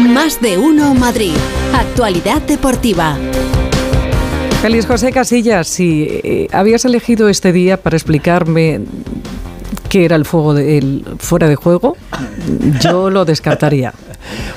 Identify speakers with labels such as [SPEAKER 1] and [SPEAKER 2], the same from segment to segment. [SPEAKER 1] Más de uno Madrid. Actualidad deportiva.
[SPEAKER 2] Feliz José Casillas, si eh, habías elegido este día para explicarme qué era el fuego de- el fuera de juego, yo lo descartaría.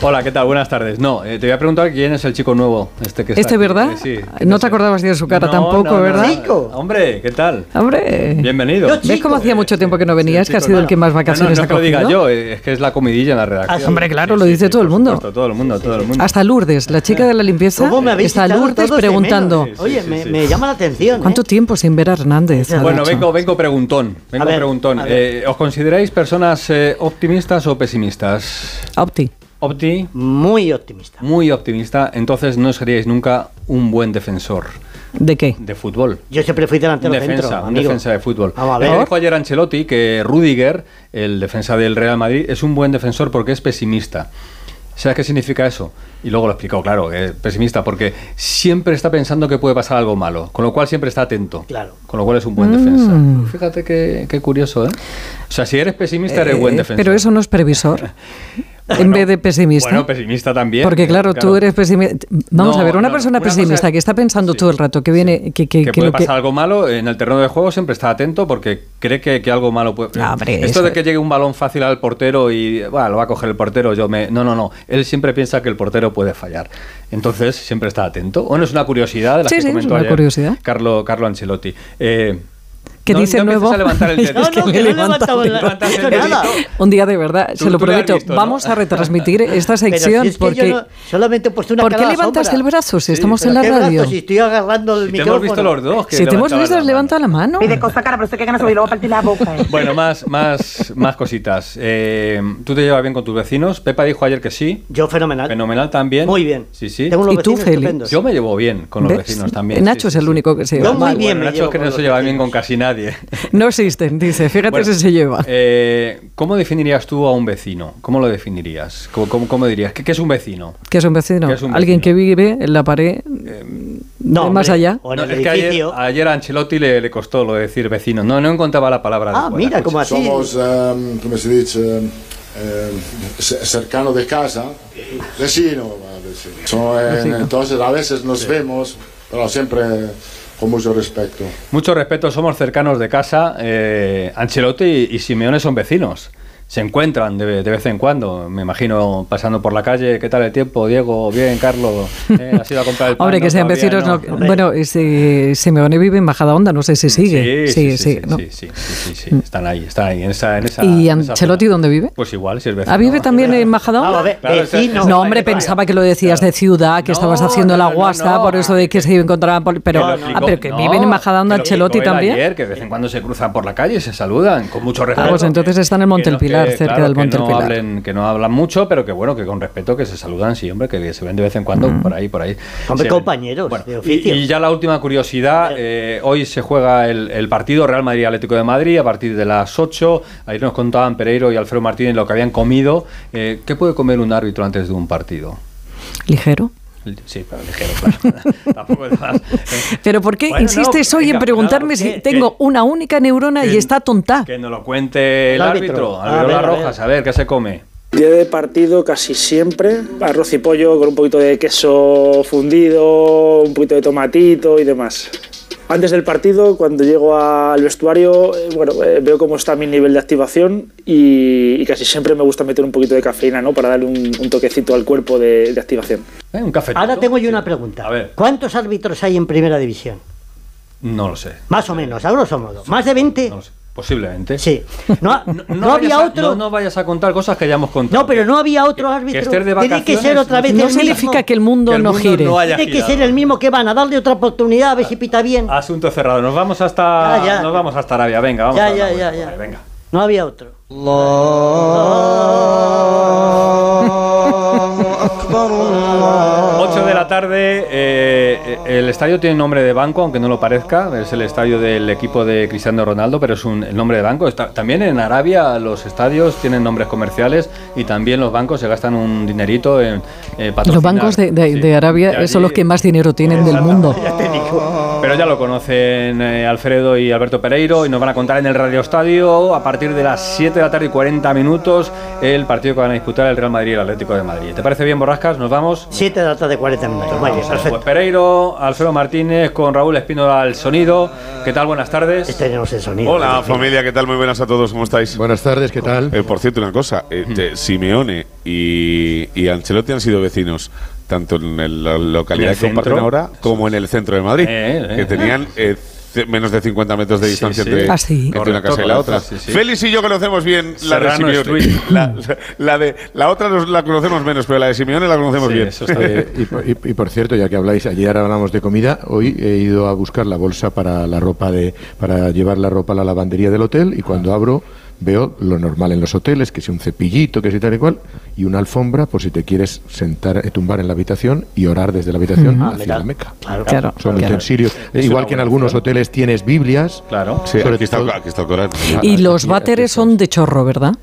[SPEAKER 3] Hola, ¿qué tal? Buenas tardes. No, eh, te voy a preguntar quién es el chico nuevo, este que está
[SPEAKER 2] ¿Este
[SPEAKER 3] aquí,
[SPEAKER 2] verdad?
[SPEAKER 3] que Sí. que
[SPEAKER 2] No
[SPEAKER 3] sé.
[SPEAKER 2] te acordabas de su cara
[SPEAKER 3] No,
[SPEAKER 2] tampoco,
[SPEAKER 3] no, no,
[SPEAKER 2] ¿verdad?
[SPEAKER 3] no. Hombre, ¿qué tal?
[SPEAKER 2] Hombre.
[SPEAKER 3] Bienvenido.
[SPEAKER 2] ¿Ves cómo hacía mucho tiempo que no venías? que has sido el que más vacaciones
[SPEAKER 3] no, no,
[SPEAKER 2] ha
[SPEAKER 3] no que
[SPEAKER 2] cogido.
[SPEAKER 3] lo diga yo, eh, es que es la comidilla en la redacción.
[SPEAKER 2] Ah, hombre, claro, lo dice todo el
[SPEAKER 3] por
[SPEAKER 2] mundo.
[SPEAKER 3] supuesto, todo el mundo, todo el mundo.
[SPEAKER 2] Hasta Lourdes, la chica de la limpieza,
[SPEAKER 3] ¿Cómo me habéis
[SPEAKER 2] está
[SPEAKER 3] echado
[SPEAKER 2] Lourdes
[SPEAKER 3] todos de
[SPEAKER 2] preguntando.
[SPEAKER 3] menos? Sí, Oye, sí, me- sí.
[SPEAKER 4] me llama la atención. ¿eh?
[SPEAKER 2] ¿Cuánto tiempo sin ver a Hernández? ha
[SPEAKER 3] Bueno,
[SPEAKER 2] dicho?
[SPEAKER 3] vengo, vengo preguntón. Vengo
[SPEAKER 2] A ver,
[SPEAKER 3] preguntón.
[SPEAKER 2] a ver.
[SPEAKER 3] Eh, ¿Os consideráis personas eh, optimistas o pesimistas?
[SPEAKER 2] Opti.
[SPEAKER 3] Opti.
[SPEAKER 4] Muy optimista.
[SPEAKER 3] Muy optimista. Entonces no seríais nunca un buen defensor
[SPEAKER 2] ¿De qué?
[SPEAKER 3] de fútbol.
[SPEAKER 4] Yo siempre fui delantero
[SPEAKER 3] defensa, Ah,
[SPEAKER 4] centro,
[SPEAKER 3] un
[SPEAKER 4] amigo. Ah,
[SPEAKER 3] defensa de fútbol.
[SPEAKER 4] Vamos a
[SPEAKER 3] Me
[SPEAKER 4] ver.
[SPEAKER 3] dijo ayer Ancelotti que Rudiger, el defensa del Real Madrid, es un buen defensor porque es pesimista. ¿Sabes qué significa eso? Y luego lo explicó, claro, que es pesimista porque siempre está pensando que puede pasar algo malo, con lo cual siempre está atento. Claro. Con lo cual es un buen defensa.
[SPEAKER 2] Mm.
[SPEAKER 3] Fíjate qué, qué curioso, ¿eh? O sea, si eres pesimista eres
[SPEAKER 2] Eh,
[SPEAKER 3] buen defensor.
[SPEAKER 2] Pero eso no es previsor. en vez de pesimista.
[SPEAKER 3] Bueno, pesimista también.
[SPEAKER 2] Porque
[SPEAKER 3] eh,
[SPEAKER 2] claro, tú eres pesimista. Vamos
[SPEAKER 3] No,
[SPEAKER 2] a ver, una
[SPEAKER 3] no,
[SPEAKER 2] persona
[SPEAKER 3] una cosa-
[SPEAKER 2] pesimista que está pensando todo el rato que viene, que, que-
[SPEAKER 3] que
[SPEAKER 2] Eh, que
[SPEAKER 3] puede
[SPEAKER 2] lo que-
[SPEAKER 3] pasar algo malo en el terreno de juego siempre está atento porque cree que, que algo malo puede
[SPEAKER 2] hombre,
[SPEAKER 3] esto
[SPEAKER 2] eso-
[SPEAKER 3] de que llegue un balón fácil al portero y bueno, lo va a coger el portero yo me no no no él siempre piensa que el portero puede fallar entonces siempre está atento bueno es una curiosidad de las
[SPEAKER 2] Sí,
[SPEAKER 3] que
[SPEAKER 2] sí, es
[SPEAKER 3] comentó
[SPEAKER 2] una
[SPEAKER 3] ayer
[SPEAKER 2] curiosidad.
[SPEAKER 3] Carlo Carlo Ancelotti Eh,
[SPEAKER 2] que
[SPEAKER 3] no-
[SPEAKER 2] dice
[SPEAKER 3] no empieces
[SPEAKER 2] nuevo.
[SPEAKER 3] a levantar el dedo.
[SPEAKER 2] Es que me levanta el dedo. Un día de verdad,
[SPEAKER 3] Tú-
[SPEAKER 2] se lo
[SPEAKER 3] tú le has
[SPEAKER 2] prometo.
[SPEAKER 3] visto, ¿no?
[SPEAKER 2] Vamos a retransmitir esta
[SPEAKER 4] Pero si es
[SPEAKER 2] sección
[SPEAKER 4] que yo
[SPEAKER 2] porque.
[SPEAKER 4] no- solamente he puesto una
[SPEAKER 2] ¿Por
[SPEAKER 4] cara
[SPEAKER 2] qué
[SPEAKER 4] a la
[SPEAKER 2] levantas
[SPEAKER 4] sombra.
[SPEAKER 2] el brazo si
[SPEAKER 4] Sí,
[SPEAKER 2] estamos
[SPEAKER 4] pero
[SPEAKER 2] en la
[SPEAKER 4] ¿qué brazo?
[SPEAKER 2] radio?
[SPEAKER 4] Si estoy agarrando el
[SPEAKER 3] te hemos
[SPEAKER 4] micrófono.
[SPEAKER 3] visto los dos que
[SPEAKER 2] Si te hemos
[SPEAKER 3] levantabas
[SPEAKER 2] visto,
[SPEAKER 3] la mano.
[SPEAKER 2] levanta la mano.
[SPEAKER 5] cara, pero usted que no se y luego partir la boca. eh.
[SPEAKER 3] Bueno, más, más, más cositas. Eh, ¿Tú te llevas bien con tus vecinos? Pepa dijo ayer que sí.
[SPEAKER 4] Yo fenomenal.
[SPEAKER 3] Fenomenal también. Muy bien. Sí, sí.
[SPEAKER 2] Tengo unos ¿Y tú, vecinos Félix? estupendos.
[SPEAKER 3] Yo me llevo bien con los
[SPEAKER 2] ¿Ves?
[SPEAKER 3] vecinos también.
[SPEAKER 2] eh, Nacho
[SPEAKER 3] sí, sí,
[SPEAKER 2] es el
[SPEAKER 3] sí.
[SPEAKER 2] único que se lleva mal.
[SPEAKER 3] Bueno, Nacho es que no se lleva bien con casi nadie.
[SPEAKER 2] No existen, dice. Fíjate
[SPEAKER 3] Bueno,
[SPEAKER 2] si se lleva.
[SPEAKER 3] eh, ¿Cómo definirías tú a un vecino? ¿Cómo lo definirías? ¿Cómo, cómo- cómo dirías? ¿Qué, qué es un vecino?
[SPEAKER 2] Que es un vecino.
[SPEAKER 3] que es un
[SPEAKER 2] Alguien que vive en la
[SPEAKER 4] Eh,
[SPEAKER 2] pared. de más allá.
[SPEAKER 3] No, es que ayer, ayer a Ancelotti le, le costó lo de decir vecino. No, no encontraba la palabra.
[SPEAKER 4] Ah,
[SPEAKER 3] adecuada. Escucha.
[SPEAKER 4] eh,
[SPEAKER 6] Somos, ehm, come si dice, ehm, ehm, ce- cercano de casa, vecino. va, vecino. So, eh,
[SPEAKER 3] Vecino.
[SPEAKER 6] entonces a veces nos vemos, pero siempre con mucho respeto.
[SPEAKER 3] Mucho respeto, somos cercanos de casa. eh, Ancelotti y, y Simeone son vecinos. Se encuentran de, de vez en cuando, me imagino, pasando por la calle. ¿Qué tal el tiempo, Diego? Bien, Carlos. ¿Eh? ¿Has ido a comprar el pan?
[SPEAKER 2] Hombre,
[SPEAKER 3] No,
[SPEAKER 2] que sean
[SPEAKER 3] todavía
[SPEAKER 2] vecinos.
[SPEAKER 3] no. Mm,
[SPEAKER 2] no- Bueno, y si Simeone vive en Bajada Onda, no sé si sigue.
[SPEAKER 3] Sí, sí, sí, sí,
[SPEAKER 2] ¿no?
[SPEAKER 3] sí, sí, sí, sí, están ahí, están ahí, en esa, en esa-
[SPEAKER 2] ¿Y
[SPEAKER 3] en esa
[SPEAKER 2] Ancelotti dónde vive?
[SPEAKER 3] zona. Pues igual, si es vecino.
[SPEAKER 2] ¿Ah, vive también en Majadahonda?
[SPEAKER 3] Vamos a ver, Claro, ese- vecino.
[SPEAKER 2] No, hombre, pensaba que lo decías de ciudad, que estabas haciendo la guasta, por eso de que se encontraban... por- Pero,
[SPEAKER 3] Que lo
[SPEAKER 2] ah,
[SPEAKER 3] explicó-
[SPEAKER 2] pero que
[SPEAKER 3] no,
[SPEAKER 2] viven en Majadahonda
[SPEAKER 3] que lo explicó
[SPEAKER 2] Ancelotti
[SPEAKER 3] él
[SPEAKER 2] también.
[SPEAKER 3] ayer, que de vez en cuando se cruzan por la calle y se saludan con mucho respeto.
[SPEAKER 2] Ah, pues entonces están en Montelpilar,
[SPEAKER 3] Que-
[SPEAKER 2] cerca del
[SPEAKER 3] claro, que no
[SPEAKER 2] Montelpilar.
[SPEAKER 3] hablen- que no hablan mucho, pero que bueno, que con respeto que se saludan, sí, hombre, que se ven de vez en cuando
[SPEAKER 2] Mm.
[SPEAKER 3] por ahí, por ahí.
[SPEAKER 4] Hombre,
[SPEAKER 3] Se ven.
[SPEAKER 4] compañeros de
[SPEAKER 3] Y,
[SPEAKER 4] oficio.
[SPEAKER 3] y ya la última curiosidad, eh, hoy se juega el, el partido Real Madrid Atlético de Madrid a partir de las 8. Ayer nos contaban Pereiro y Alfredo Martínez lo que habían comido. Eh, ¿Qué puede comer un árbitro antes de un partido?
[SPEAKER 2] Ligero.
[SPEAKER 3] Sí, pero ligero, claro. Tampoco es más.
[SPEAKER 2] Pero ¿por qué
[SPEAKER 3] Bueno, no,
[SPEAKER 2] insistes hoy en
[SPEAKER 3] venga,
[SPEAKER 2] preguntarme
[SPEAKER 3] nada,
[SPEAKER 2] si
[SPEAKER 3] ¿qué?
[SPEAKER 2] tengo una única neurona y
[SPEAKER 3] que-
[SPEAKER 2] está tonta?
[SPEAKER 3] Que nos lo cuente el,
[SPEAKER 2] El árbitro.
[SPEAKER 3] árbitro,
[SPEAKER 4] Ah,
[SPEAKER 2] A
[SPEAKER 3] Alberto
[SPEAKER 2] ver, a ver.
[SPEAKER 3] Rojas, a ver qué se come.
[SPEAKER 7] Día de partido casi siempre, arroz y pollo con un poquito de queso fundido, un poquito de tomatito y demás. Antes del partido, cuando llego al vestuario, eh, bueno, eh, veo cómo está mi nivel de activación y, y casi siempre me gusta meter un poquito de cafeína, ¿no? Para darle un, un toquecito al cuerpo de, de activación.
[SPEAKER 3] Eh, un café.
[SPEAKER 4] Ahora tengo yo una pregunta. ¿Cuántos árbitros hay en primera división?
[SPEAKER 3] No lo sé.
[SPEAKER 4] Más o menos, a grosso modo. ¿Más de 20? No,
[SPEAKER 3] Posiblemente.
[SPEAKER 4] Sí. No,
[SPEAKER 3] No vayas
[SPEAKER 4] había
[SPEAKER 3] a-
[SPEAKER 4] otro.
[SPEAKER 3] No, no vayas a contar cosas que ya hemos contado.
[SPEAKER 4] No, pero no había otro árbitro.
[SPEAKER 3] estés de
[SPEAKER 4] Tiene que
[SPEAKER 3] vacaciones
[SPEAKER 4] ser otra vez
[SPEAKER 3] no
[SPEAKER 4] el
[SPEAKER 3] significa
[SPEAKER 4] mismo.
[SPEAKER 3] que el mundo Que el no mundo gire. no haya
[SPEAKER 4] Tiene que
[SPEAKER 3] girado.
[SPEAKER 4] ser el mismo que van a darle otra oportunidad a ver si pita bien.
[SPEAKER 3] Asunto cerrado. Nos vamos hasta
[SPEAKER 4] Ya, ya.
[SPEAKER 3] nos vamos hasta Arabia. Venga, Ah, vamos. a
[SPEAKER 4] Ya,
[SPEAKER 3] dar la
[SPEAKER 4] ya,
[SPEAKER 3] vuelta.
[SPEAKER 4] ya, ya.
[SPEAKER 3] Venga.
[SPEAKER 4] No había otro.
[SPEAKER 3] Ocho de la tarde, eh, eh, el estadio tiene nombre de banco, aunque no lo parezca. Es el estadio del equipo de Cristiano Ronaldo, pero es un el nombre de banco. Está- también en Arabia los estadios tienen nombres comerciales y también los bancos se gastan un dinerito en eh, patrocinar.
[SPEAKER 2] Los bancos de, de-
[SPEAKER 3] Sí.
[SPEAKER 2] de Arabia
[SPEAKER 3] De allí-
[SPEAKER 2] son los que más dinero tienen del mundo.
[SPEAKER 3] Pero ya lo conocen eh, Alfredo y Alberto Pereiro y nos van a contar en el Radio Estadio a partir de las 7 de la tarde y 40 minutos el partido que van a disputar el Real Madrid y el Atlético de Madrid. ¿Te parece bien, Borrascas? ¿Nos vamos?
[SPEAKER 4] 7 de la tarde, 40 minutos. Muy bien, perfecto.
[SPEAKER 3] Pues Pereiro, Alfredo Martínez con Raúl Espínola al sonido. ¿Qué tal? Buenas tardes.
[SPEAKER 4] Tenemos Este el sonido.
[SPEAKER 8] Hola familia, ¿qué tal? Muy buenas a todos, ¿cómo estáis?
[SPEAKER 9] Buenas tardes, ¿qué tal? Mm.
[SPEAKER 8] Eh, por cierto, una cosa, eh, te- Simeone y, y Ancelotti han sido vecinos, tanto en el- la localidad
[SPEAKER 3] En el
[SPEAKER 8] que comparten
[SPEAKER 3] centro.
[SPEAKER 8] ahora como en el centro de Madrid,
[SPEAKER 3] Eh, eh.
[SPEAKER 8] que tenían eh, ce- menos de 50 metros de
[SPEAKER 3] Sí,
[SPEAKER 8] distancia
[SPEAKER 3] sí.
[SPEAKER 8] entre,
[SPEAKER 2] Ah, sí.
[SPEAKER 8] entre una
[SPEAKER 3] Correcto,
[SPEAKER 8] casa y la
[SPEAKER 3] correcto,
[SPEAKER 8] otra.
[SPEAKER 3] sí, sí.
[SPEAKER 8] Félix y yo conocemos bien
[SPEAKER 3] Serrano
[SPEAKER 8] la de Simeone.
[SPEAKER 3] Street.
[SPEAKER 8] La, la de, la otra nos la conocemos menos, pero la de Simeone la conocemos
[SPEAKER 3] Sí,
[SPEAKER 8] bien.
[SPEAKER 3] eso Pues está bien.
[SPEAKER 9] Eh, y, por- y- y por cierto, ya que habláis, ayer hablamos de comida, hoy he ido a buscar la bolsa para la ropa de, para llevar la ropa a la lavandería del hotel y cuando abro veo lo normal en los hoteles, que si un cepillito, que si tal y cual, y una alfombra por si te quieres sentar, eh, tumbar en la habitación y orar desde la habitación
[SPEAKER 4] Ah,
[SPEAKER 9] hacia
[SPEAKER 4] mira.
[SPEAKER 9] la Meca.
[SPEAKER 4] Claro,
[SPEAKER 2] Claro.
[SPEAKER 9] Son
[SPEAKER 2] Claro.
[SPEAKER 9] utensilios. Eh,
[SPEAKER 3] Es
[SPEAKER 9] igual
[SPEAKER 3] una
[SPEAKER 9] que en
[SPEAKER 3] buena
[SPEAKER 9] algunos
[SPEAKER 3] opción.
[SPEAKER 9] hoteles tienes Biblias.
[SPEAKER 3] Claro.
[SPEAKER 8] Sí,
[SPEAKER 9] Sobre
[SPEAKER 8] aquí está, el-
[SPEAKER 9] todo-
[SPEAKER 8] aquí está el Corán.
[SPEAKER 2] Y
[SPEAKER 9] Ah,
[SPEAKER 2] los
[SPEAKER 9] aquí- aquí
[SPEAKER 2] váteres
[SPEAKER 9] son.
[SPEAKER 2] son de chorro, ¿verdad?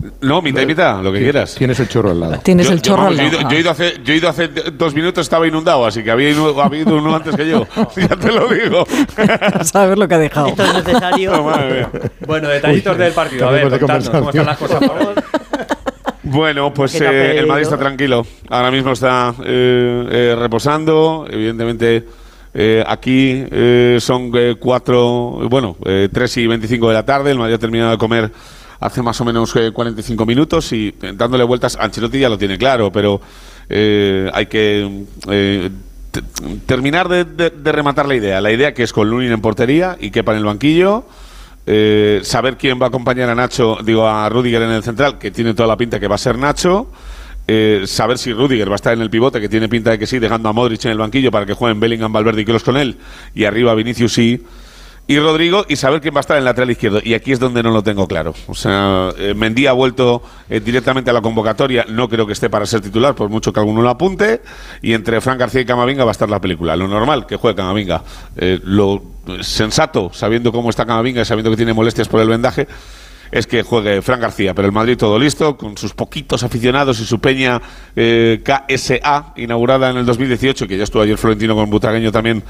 [SPEAKER 8] No, mitad y mitad, lo que quieras.
[SPEAKER 9] Tienes el chorro al lado.
[SPEAKER 2] Tienes
[SPEAKER 8] Yo-
[SPEAKER 2] el
[SPEAKER 8] yo,
[SPEAKER 2] chorro
[SPEAKER 8] vamos,
[SPEAKER 2] al
[SPEAKER 8] yo, he
[SPEAKER 2] lado.
[SPEAKER 8] ido- yo he ido hace, yo he ido hace dos minutos, estaba inundado, así que había, inu- había ido uno antes que yo. ya te lo digo.
[SPEAKER 2] Ah, Saber lo que ha dejado.
[SPEAKER 4] Esto es necesario.
[SPEAKER 8] No, madre mía.
[SPEAKER 3] Bueno, detallitos del partido. A ver,
[SPEAKER 9] cambiemos
[SPEAKER 3] contadnos
[SPEAKER 9] de
[SPEAKER 3] cómo están las cosas. por favor.
[SPEAKER 8] Bueno, pues
[SPEAKER 4] Qué
[SPEAKER 8] eh, el
[SPEAKER 4] tapero.
[SPEAKER 8] Madrid está tranquilo. Ahora mismo está eh, eh, reposando. Evidentemente, eh, aquí eh, son eh, cuatro, bueno, eh, tres y 25 de la tarde. El Madrid ha terminado de comer hace más o menos eh, 45 minutos y eh, dándole vueltas. Ancelotti ya lo tiene claro, pero eh, hay que eh, te- terminar de, de- de rematar la idea. La idea que es con Lunin en portería y Kepa en el banquillo. Eh, saber quién va a acompañar a Nacho, digo a Rudiger en el central, que tiene toda la pinta que va a ser Nacho. Eh, saber si Rudiger va a estar en el pivote, que tiene pinta de que sí, dejando a Modric en el banquillo para que jueguen Bellingham, Valverde y Kroos con él. Y arriba Vinicius y, y Rodrigo. Y saber quién va a estar en el lateral izquierdo. Y aquí es donde no lo tengo claro. O sea, eh, Mendy ha vuelto eh, directamente a la convocatoria. No creo que esté para ser titular, por mucho que alguno lo apunte. Y entre Fran García y Camavinga va a estar la película. Lo normal, que juegue Camavinga. Eh, lo sensato, sabiendo cómo está Camavinga y sabiendo que tiene molestias por el vendaje, es que juegue Fran García, pero el Madrid todo listo, con sus poquitos aficionados y su peña eh, KSA, inaugurada en el 2018, que ya estuvo ayer Florentino con Butagueño también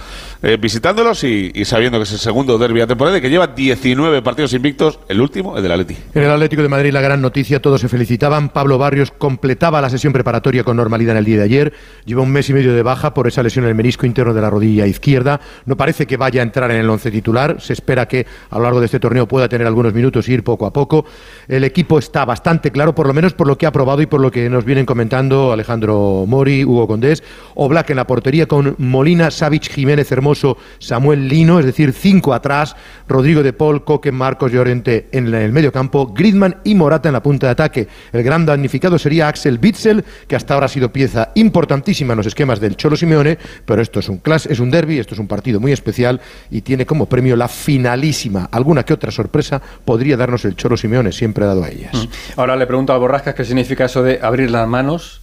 [SPEAKER 8] eh, visitándolos y, y sabiendo que es el segundo derbi de la temporada y que lleva 19 partidos invictos, el último, el del Atleti.
[SPEAKER 9] En el Atlético de Madrid la gran noticia, todos se felicitaban. Pablo Barrios completaba la sesión preparatoria con normalidad en el día de ayer. Lleva un mes y medio de baja por esa lesión en el menisco interno de la rodilla izquierda. No parece que vaya a entrar en el once titular. Se espera que a lo largo de este torneo pueda tener algunos minutos y ir poco a poco. El equipo está bastante claro, por lo menos por lo que ha probado y por lo que nos vienen comentando Alejandro Mori, Hugo Condés. Oblak en la portería con Molina, Savic, Jiménez Hermoso, Samuel Lino, es decir, cinco atrás. Rodrigo de Paul, Coque, Marcos Llorente en la- el medio campo, Griezmann y Morata en la punta de ataque. El gran damnificado sería Axel Witzel, que hasta ahora ha sido pieza importantísima en los esquemas del Cholo Simeone, pero esto es un clas, es un derby, esto es un partido muy especial y tiene como premio la finalísima. Alguna que otra sorpresa podría darnos el Cholo Simeone, siempre ha dado a ellas.
[SPEAKER 8] Mm.
[SPEAKER 3] Ahora le pregunto a Borrascas qué significa eso de abrir las manos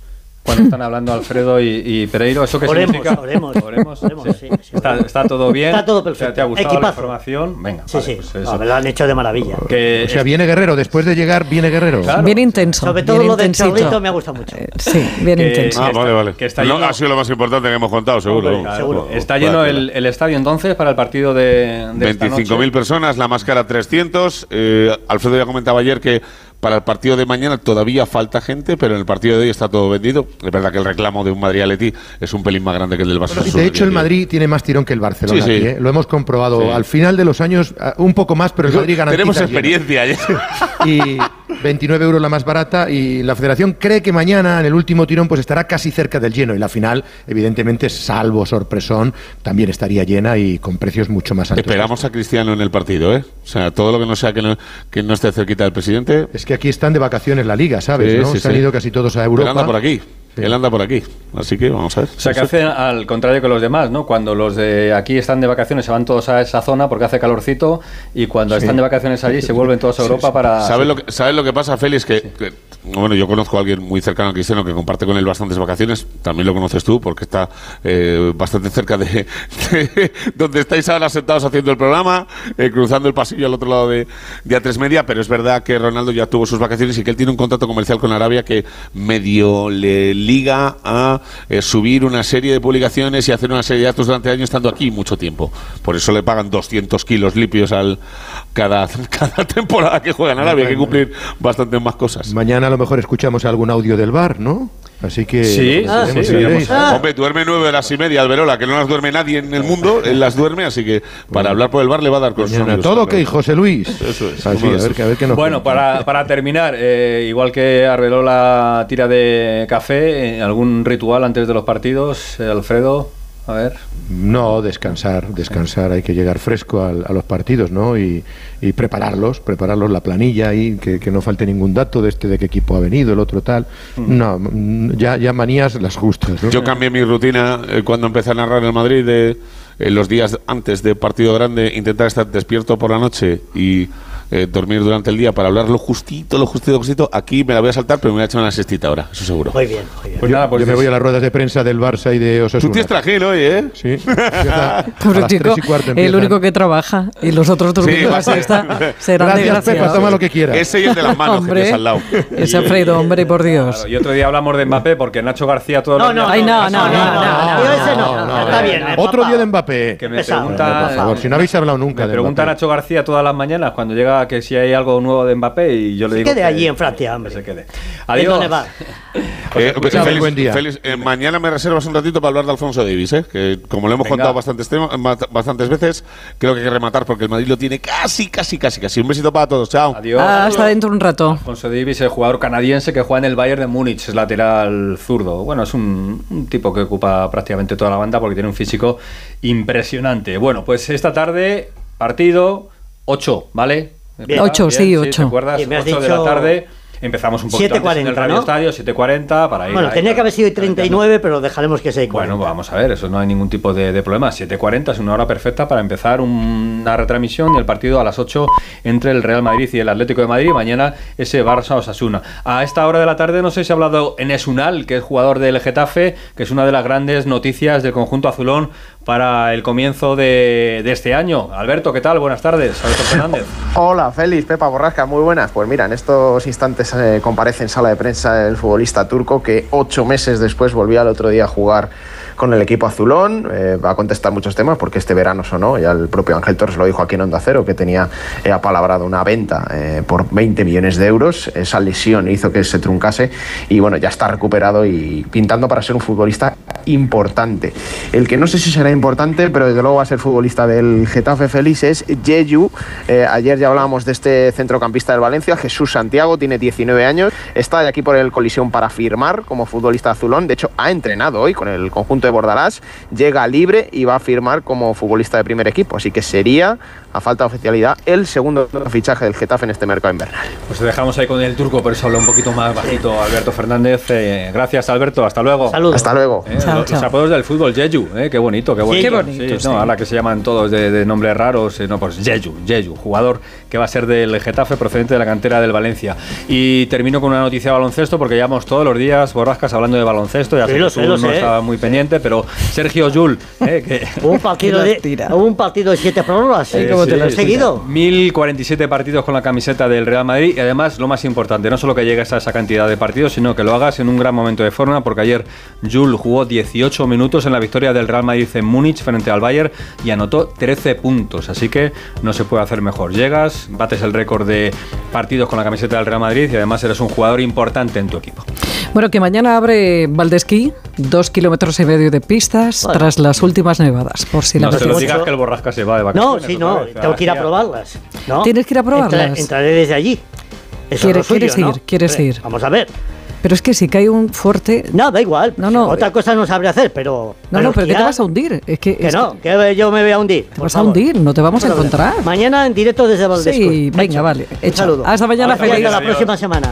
[SPEAKER 3] cuando están hablando Alfredo y, y Pereiro. ¿Eso qué
[SPEAKER 4] Oremos,
[SPEAKER 3] significa?
[SPEAKER 4] oremos. Oremos,
[SPEAKER 3] sí.
[SPEAKER 4] sí, sí.
[SPEAKER 3] Está, está todo bien.
[SPEAKER 4] Está todo
[SPEAKER 3] ¿Te-
[SPEAKER 4] perfecto.
[SPEAKER 3] ¿Te ha gustado la
[SPEAKER 4] Equipazo.
[SPEAKER 3] información? Venga.
[SPEAKER 4] Sí,
[SPEAKER 3] vale,
[SPEAKER 4] sí.
[SPEAKER 3] pues
[SPEAKER 4] No,
[SPEAKER 3] eso.
[SPEAKER 4] me lo han hecho de maravilla.
[SPEAKER 3] Que
[SPEAKER 9] O sea, viene Guerrero, después de llegar, viene Guerrero.
[SPEAKER 2] Bien intenso.
[SPEAKER 4] Sobre todo
[SPEAKER 2] bien
[SPEAKER 4] lo del
[SPEAKER 2] intensito.
[SPEAKER 4] Charlito me ha gustado mucho.
[SPEAKER 2] Eh, Sí, bien
[SPEAKER 3] Que-
[SPEAKER 2] intenso.
[SPEAKER 3] Ah, vale, vale.
[SPEAKER 8] Que está lleno- ha sido lo más importante que hemos contado, seguro. pues
[SPEAKER 4] Hombre, seguro.
[SPEAKER 3] Está lleno el, el estadio entonces para el partido de, de esta noche.
[SPEAKER 8] 25.000 personas, la máscara 300. Eh, Alfredo ya comentaba ayer que para el partido de mañana todavía falta gente, pero en el partido de hoy está todo vendido. Es verdad que el reclamo de un Madrid Atleti es un pelín más grande que el del Barcelona.
[SPEAKER 9] Y de hecho, el Madrid tiene más tirón que el Barcelona.
[SPEAKER 8] Sí, sí.
[SPEAKER 9] aquí, ¿eh? Lo hemos comprobado.
[SPEAKER 8] Sí.
[SPEAKER 9] Al final de los años, ah, un poco más, pero el Madrid garantiza.
[SPEAKER 8] Tenemos
[SPEAKER 9] el lleno.
[SPEAKER 8] experiencia. ¿eh? ya.
[SPEAKER 9] y 29 euros la más barata y la federación cree que mañana en el último tirón pues estará casi cerca del lleno y la final evidentemente salvo sorpresón también estaría llena y con precios mucho más altos.
[SPEAKER 8] Esperamos a Cristiano en el partido, ¿eh? O sea, todo lo que no sea que no, que no esté cerquita del presidente.
[SPEAKER 9] Es que aquí están de vacaciones la liga, ¿sabes?
[SPEAKER 8] Sí,
[SPEAKER 9] no?
[SPEAKER 8] sí,
[SPEAKER 9] Se han
[SPEAKER 8] sí.
[SPEAKER 9] ido casi todos a
[SPEAKER 8] pero
[SPEAKER 9] Europa.
[SPEAKER 8] anda por aquí. Él anda por aquí, así que vamos a ver.
[SPEAKER 3] O sea, que hace al contrario que los demás, ¿no? Cuando los de aquí están de vacaciones se van todos a esa zona porque hace calorcito y cuando
[SPEAKER 8] Sí.
[SPEAKER 3] están de vacaciones allí se vuelven todos a
[SPEAKER 8] Sí,
[SPEAKER 3] Europa
[SPEAKER 8] sí.
[SPEAKER 3] para...
[SPEAKER 8] ¿Sabes lo, que, ¿Sabes lo que pasa, Félix? Que, que- bueno, yo conozco a alguien muy cercano a Cristiano que comparte con él bastantes vacaciones. También lo conoces tú porque está eh, bastante cerca de, de donde estáis ahora sentados haciendo el programa, eh, cruzando el pasillo al otro lado de, de A3 Media. Pero es verdad que Ronaldo ya tuvo sus vacaciones y que él tiene un contrato comercial con Arabia que medio le liga a eh, subir una serie de publicaciones y hacer una serie de actos durante el año estando aquí mucho tiempo. Por eso le pagan 200 kilos limpios al cada, cada temporada que juega en Arabia. Hay que cumplir bastantes más cosas.
[SPEAKER 9] Mañana a lo mejor escuchamos algún audio del bar, ¿no? Así que.
[SPEAKER 8] Sí,
[SPEAKER 9] lo
[SPEAKER 2] Ah,
[SPEAKER 8] sí,
[SPEAKER 9] veremos,
[SPEAKER 8] sí,
[SPEAKER 9] lo
[SPEAKER 8] veremos.
[SPEAKER 9] veréis.
[SPEAKER 8] Hombre, duerme nueve horas y media, Alberola, que no las duerme nadie en el mundo, él las duerme, así que para hablar por el bar le va a dar con sus
[SPEAKER 9] Mañana
[SPEAKER 8] amigos.
[SPEAKER 9] todo, que José Luis.
[SPEAKER 8] Eso es.
[SPEAKER 9] Así,
[SPEAKER 8] ¿Cómo
[SPEAKER 9] a
[SPEAKER 8] ves?
[SPEAKER 9] ver, que- a ver qué nos
[SPEAKER 3] Bueno, para, para terminar, eh, igual que Arbelola tira de café, eh, ¿algún ritual antes de los partidos, eh, Alfredo? A ver.
[SPEAKER 9] Pues No, descansar, descansar. Hay que llegar fresco al- a, los partidos, ¿no? Y, y prepararlos, prepararlos la planilla y que, que no falte ningún dato de este, de qué equipo ha venido, el otro tal. No, mm, ya, ya manías las justas, ¿no?
[SPEAKER 8] Yo cambié mi rutina eh, cuando empecé a narrar el Madrid de eh, los días antes de partido grande, intentar estar despierto por la noche y eh, dormir durante el día para hablar lo justito, lo justito, lo justito. Aquí me la voy a saltar, pero me voy a echar una siestita ahora, eso seguro.
[SPEAKER 4] Muy bien, muy bien.
[SPEAKER 3] Pues nada, pues
[SPEAKER 9] Yo me voy a las ruedas de prensa del Barça y de
[SPEAKER 8] Tú
[SPEAKER 9] Osasuna.
[SPEAKER 8] tienes trajín hoy, ¿eh?
[SPEAKER 9] Sí. Empieza a
[SPEAKER 2] Pobre
[SPEAKER 9] las
[SPEAKER 2] chico,
[SPEAKER 9] tres y cuarto
[SPEAKER 2] el
[SPEAKER 9] empiezan.
[SPEAKER 2] único que trabaja y los otros dos
[SPEAKER 8] Sí,
[SPEAKER 2] que
[SPEAKER 8] va a
[SPEAKER 2] la
[SPEAKER 8] ser.
[SPEAKER 2] siesta serán
[SPEAKER 9] Gracias, Pepa,
[SPEAKER 2] desgraciados.
[SPEAKER 9] toma lo que quieras.
[SPEAKER 8] Ese y el de las manos que tienes al lado.
[SPEAKER 2] es Alfredo, hombre, por Dios.
[SPEAKER 3] Claro, y otro día hablamos de Mbappé porque Nacho García todos los días-
[SPEAKER 2] Ay, no, no, no, no,
[SPEAKER 4] Yo ese no, está bien. eh,
[SPEAKER 9] Otro
[SPEAKER 4] empapado.
[SPEAKER 9] día de Mbappé.
[SPEAKER 3] Que me
[SPEAKER 4] Pesado.
[SPEAKER 3] pregunta,
[SPEAKER 9] Por favor, si no habéis hablado nunca
[SPEAKER 3] me
[SPEAKER 9] de
[SPEAKER 3] pregunta
[SPEAKER 9] Mbappé.
[SPEAKER 3] Nacho García todas las mañanas cuando llega que si hay algo nuevo de Mbappé y yo le
[SPEAKER 4] Se
[SPEAKER 3] digo
[SPEAKER 4] quede
[SPEAKER 3] que-
[SPEAKER 4] allí en Francia, hombre.
[SPEAKER 3] que se quede.
[SPEAKER 4] ¿En
[SPEAKER 3] Adiós.
[SPEAKER 4] dónde va?
[SPEAKER 8] Eh,
[SPEAKER 9] escuchad,
[SPEAKER 8] Félix,
[SPEAKER 9] buen día.
[SPEAKER 8] Félix, eh, mañana me reservas un ratito para hablar de Alfonso Davis, ¿eh? que como lo hemos
[SPEAKER 3] Venga.
[SPEAKER 8] contado bastantes, temas- eh, bast- bastantes veces, creo que hay que rematar porque el Madrid lo tiene casi, casi, casi, casi. Un besito para todos, chao.
[SPEAKER 3] Adiós.
[SPEAKER 4] Ah,
[SPEAKER 2] hasta dentro un rato.
[SPEAKER 3] Alfonso Davis, el jugador canadiense que juega en el Bayern de Múnich, es lateral zurdo. Bueno, es un, un tipo que ocupa prácticamente toda la banda porque tiene un físico impresionante. Bueno, pues esta tarde, partido 8, ¿vale?
[SPEAKER 4] Bien.
[SPEAKER 2] Ocho, sí, ocho.
[SPEAKER 3] ¿Te acuerdas?
[SPEAKER 4] Sí, me has
[SPEAKER 3] 8 de la
[SPEAKER 4] dicho-
[SPEAKER 3] tarde. Empezamos un poquito antes en el
[SPEAKER 4] 7:40,
[SPEAKER 3] Radio
[SPEAKER 4] ¿no?
[SPEAKER 3] Estadio, 7.40 para ir.
[SPEAKER 4] Bueno,
[SPEAKER 3] ahí,
[SPEAKER 4] tenía que haber sido
[SPEAKER 3] tanteando.
[SPEAKER 4] 39, pero dejaremos que sea
[SPEAKER 3] Bueno,
[SPEAKER 4] 40.
[SPEAKER 3] vamos a ver, eso no hay ningún tipo de, de problema. 7.40 es una hora perfecta para empezar un- una retransmisión y el partido a las 8 entre el Real Madrid y el Atlético de Madrid. Mañana ese Barça Osasuna. A esta hora de la tarde, no sé si ha hablado Enesunal, que es jugador del Getafe, que es una de las grandes noticias del conjunto azulón para el comienzo de, de este año. Alberto, ¿qué tal? Buenas tardes. Alberto Fernández.
[SPEAKER 10] Hola, Félix, Pepa Borrasca, muy buenas. Pues mira, en estos instantes eh, comparece en sala de prensa el futbolista turco que ocho meses después volvía al otro día a jugar con el equipo azulón. Eh, va a contestar muchos temas porque este verano sonó, ya el propio Ángel Torres lo dijo aquí en Onda Cero, que tenía eh, apalabrado una venta eh, por 20 millones de euros. Esa lesión hizo que se truncase y bueno, ya está recuperado y pintando para ser un futbolista importante. El que no sé si será importante, pero desde luego va a ser futbolista del Getafe Félix es Jeju. Eh, ayer ya hablábamos de este centrocampista del Valencia, Jesús Santiago, tiene 19 años, está de aquí por el colisión para firmar como futbolista azulón, de hecho ha entrenado hoy con el conjunto de Bordalás, llega libre y va a firmar como futbolista de primer equipo, así que sería, a falta de oficialidad, el segundo fichaje del Getafe en este mercado invernal.
[SPEAKER 3] Pues te dejamos ahí con el turco, pero eso habla un poquito más bajito, Alberto Fernández. Eh, gracias, Alberto. Hasta luego.
[SPEAKER 4] Saludos.
[SPEAKER 10] Hasta luego.
[SPEAKER 3] Eh,
[SPEAKER 2] Chao,
[SPEAKER 3] lo- los,
[SPEAKER 2] chao.
[SPEAKER 3] apodos del fútbol, Jeju, eh, qué bonito, qué bonito.
[SPEAKER 2] Qué bonito,
[SPEAKER 3] Sí,
[SPEAKER 2] sí.
[SPEAKER 3] no, ahora que se llaman todos de, de nombres raros, eh, no, pues Jeju, Jeju, jugador que va a ser del Getafe procedente de la cantera del Valencia. Y termino con una noticia de baloncesto, porque llevamos todos los días borrascas hablando de baloncesto, ya
[SPEAKER 4] Sí,
[SPEAKER 3] sé que
[SPEAKER 4] lo
[SPEAKER 3] tú
[SPEAKER 4] sé,
[SPEAKER 3] no
[SPEAKER 4] lo sé.
[SPEAKER 3] estaba muy pendiente, pero Sergio Yul, eh, que...
[SPEAKER 4] Hubo un partido
[SPEAKER 2] Que las
[SPEAKER 4] de,
[SPEAKER 2] tira.
[SPEAKER 4] hubo un partido de siete prórrogas.
[SPEAKER 2] Sí,
[SPEAKER 4] ¿eh?
[SPEAKER 2] cómo te las tira.
[SPEAKER 4] seguido.
[SPEAKER 3] 1047 partidos con la camiseta del Real Madrid y además lo más importante, no solo que llegues a esa cantidad de partidos, sino que lo hagas en un gran momento de forma, porque ayer Jul jugó 18 minutos en la victoria del Real Madrid en Múnich frente al Bayern y anotó 13 puntos, así que no se puede hacer mejor. Llegas, bates el récord de partidos con la camiseta del Real Madrid y además eres un jugador importante en tu equipo.
[SPEAKER 2] Bueno, que mañana abre Valdesquí, dos kilómetros y medio de pistas
[SPEAKER 4] Bueno.
[SPEAKER 2] tras las últimas nevadas, por si
[SPEAKER 3] No
[SPEAKER 2] la
[SPEAKER 3] se lo
[SPEAKER 4] mucho.
[SPEAKER 3] digas que el Borrasca se va de
[SPEAKER 4] No,
[SPEAKER 3] vacaciones.
[SPEAKER 4] sí,
[SPEAKER 3] otra
[SPEAKER 4] no.
[SPEAKER 3] vez.
[SPEAKER 4] Tengo que ir a
[SPEAKER 3] Hacía-
[SPEAKER 4] probarlas. ¿no?
[SPEAKER 2] Tienes que ir a probarlas.
[SPEAKER 4] entraré desde allí. Eso es
[SPEAKER 2] Quiere-
[SPEAKER 4] lo suyo,
[SPEAKER 2] quieres
[SPEAKER 4] ¿no?
[SPEAKER 2] ir, quieres
[SPEAKER 4] Hombre,
[SPEAKER 2] ir.
[SPEAKER 4] Vamos a ver.
[SPEAKER 2] Pero es que si cae un fuerte...
[SPEAKER 4] No, da igual.
[SPEAKER 2] No, no,
[SPEAKER 4] Otra
[SPEAKER 2] eh.
[SPEAKER 4] cosa no sabré hacer, pero.
[SPEAKER 2] No, no, pero que te
[SPEAKER 4] tirar-
[SPEAKER 2] vas a hundir. Es que,
[SPEAKER 4] Que
[SPEAKER 2] es
[SPEAKER 4] no,
[SPEAKER 2] que-
[SPEAKER 4] que yo me voy a hundir. por
[SPEAKER 2] vas a
[SPEAKER 4] favor.
[SPEAKER 2] hundir, no te vamos a
[SPEAKER 4] Bueno,
[SPEAKER 2] encontrar.
[SPEAKER 4] Mañana en directo desde Valdesco.
[SPEAKER 2] Sí, venga, vale,
[SPEAKER 4] Un
[SPEAKER 2] hecho.
[SPEAKER 4] saludo.
[SPEAKER 2] Hasta mañana,
[SPEAKER 4] Hasta la
[SPEAKER 2] feliz.
[SPEAKER 4] próxima semana.